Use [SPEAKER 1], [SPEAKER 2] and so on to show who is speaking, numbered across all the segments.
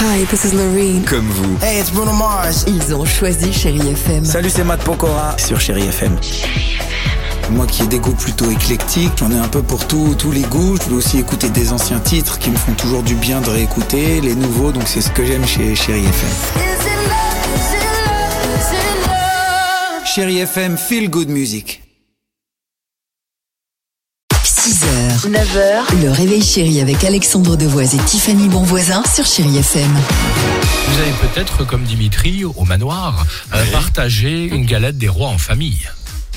[SPEAKER 1] Hi, this is Loreen.
[SPEAKER 2] Comme vous.
[SPEAKER 3] Hey, it's Bruno Mars.
[SPEAKER 1] Ils ont choisi Chérie FM.
[SPEAKER 3] Salut, c'est Matt Pokora.
[SPEAKER 4] sur Chéri FM.
[SPEAKER 3] Moi qui ai des goûts plutôt éclectiques, j'en ai un peu pour tout, tous les goûts. Je peux aussi écouter des anciens titres qui me font toujours du bien de réécouter, les nouveaux, donc c'est ce que j'aime chez Chérie FM.
[SPEAKER 5] Is it love? Is it love? Is it love?
[SPEAKER 3] Chérie FM, feel good music.
[SPEAKER 1] 6h, 9h, le réveil chéri avec Alexandre Devoise et Tiffany Bonvoisin sur Chérie FM.
[SPEAKER 6] Vous avez peut-être, comme Dimitri, au manoir, euh, partagé une galette des rois en famille.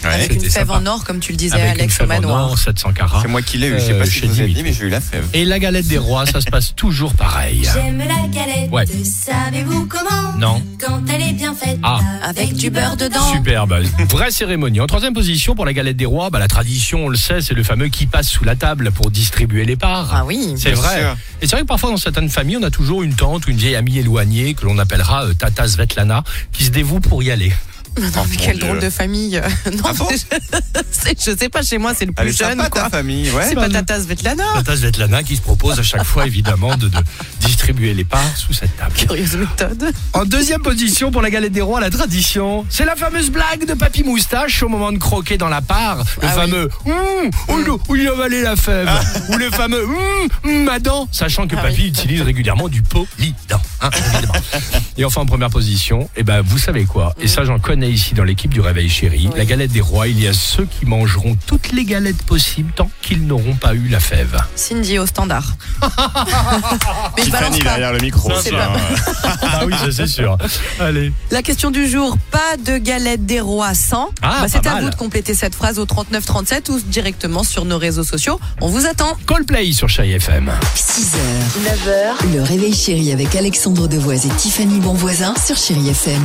[SPEAKER 7] Avec une
[SPEAKER 6] C'était
[SPEAKER 7] fève
[SPEAKER 6] sympa.
[SPEAKER 7] en or, comme tu le disais,
[SPEAKER 6] Avec une
[SPEAKER 7] Alex, au
[SPEAKER 6] fève en
[SPEAKER 7] manoir.
[SPEAKER 6] or, 700 carats.
[SPEAKER 8] C'est moi qui l'ai eu, je sais
[SPEAKER 6] Euh,
[SPEAKER 8] pas si
[SPEAKER 6] chez
[SPEAKER 8] je vous avez
[SPEAKER 6] Dimitri.
[SPEAKER 8] dit, mais j'ai eu la fève.
[SPEAKER 6] Et la galette des rois, ça se passe toujours pareil.
[SPEAKER 5] J'aime la galette,
[SPEAKER 6] Ouais.
[SPEAKER 5] savez-vous comment
[SPEAKER 6] Non.
[SPEAKER 5] Quand elle est bien faite,
[SPEAKER 6] Ah.
[SPEAKER 7] Avec du beurre dedans.
[SPEAKER 6] Superbe, vraie cérémonie. En troisième position pour la galette des rois, bah, la tradition, on le sait, c'est le fameux qui passe sous la table pour distribuer les parts.
[SPEAKER 7] Ah oui.
[SPEAKER 6] C'est
[SPEAKER 8] Bien
[SPEAKER 6] vrai.
[SPEAKER 8] sûr.
[SPEAKER 6] Et c'est vrai que parfois dans certaines familles, on a toujours une tante ou une vieille amie éloignée que l'on appellera euh, Tata Svetlana qui se dévoue pour y aller.
[SPEAKER 7] Non, mais
[SPEAKER 8] mon
[SPEAKER 7] quelle
[SPEAKER 8] Dieu.
[SPEAKER 7] drôle de famille. Non,
[SPEAKER 8] Ah bon
[SPEAKER 7] c'est- je sais pas, chez moi, c'est le
[SPEAKER 8] Elle
[SPEAKER 7] plus
[SPEAKER 8] est
[SPEAKER 7] jeune.
[SPEAKER 8] sympa
[SPEAKER 7] quoi.
[SPEAKER 8] ta famille, ouais. bah,
[SPEAKER 7] c'est pas Tata Svetlana.
[SPEAKER 6] Tata Svetlana qui se propose à chaque fois évidemment de, de distribuer les parts sous cette table.
[SPEAKER 7] Curieuse méthode.
[SPEAKER 6] En deuxième position pour la galette des rois, la tradition, c'est la fameuse blague de Papy Moustache au moment de croquer dans la part. Le
[SPEAKER 7] Ah oui.
[SPEAKER 6] fameux Hum, où, il- où il a avalé la fève. Ou le fameux Hum, ma dent, sachant que
[SPEAKER 7] Ah
[SPEAKER 6] Papy
[SPEAKER 7] oui.
[SPEAKER 6] utilise régulièrement du polydent. hein, évidemment. Et enfin en première position, eh ben, vous savez quoi Et ça j'en connais ici dans l'équipe du Réveil Chéri. La galette des rois, il y a ceux qui mangeront toutes les galettes possibles tant qu'ils n'auront pas eu la fève.
[SPEAKER 7] Cindy au standard. mais je balance pas.
[SPEAKER 8] le micro.
[SPEAKER 7] Ça, c'est ça, pas
[SPEAKER 6] Ah oui, ça c'est sûr. Allez.
[SPEAKER 7] La question du jour, pas de galette des rois sans.
[SPEAKER 6] Ah,
[SPEAKER 7] Bah, c'est
[SPEAKER 6] pas
[SPEAKER 7] à
[SPEAKER 6] mal.
[SPEAKER 7] vous de compléter cette phrase au 3937 ou directement sur nos réseaux sociaux. On vous attend.
[SPEAKER 6] Coldplay sur Chai FM.
[SPEAKER 1] 6h, 9h, le réveil chéri avec Alexandre Devoise et Tiffany Bonvoisin sur Chérie FM.